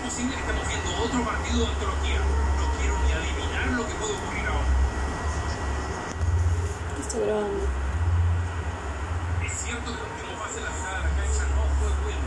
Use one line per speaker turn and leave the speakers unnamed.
posible que estemos viendo otro partido de antología. No quiero ni adivinar lo que puede ocurrir ahora.
Estoy grabando.
Es cierto que la última fase lanzada a la cancha no fue buena,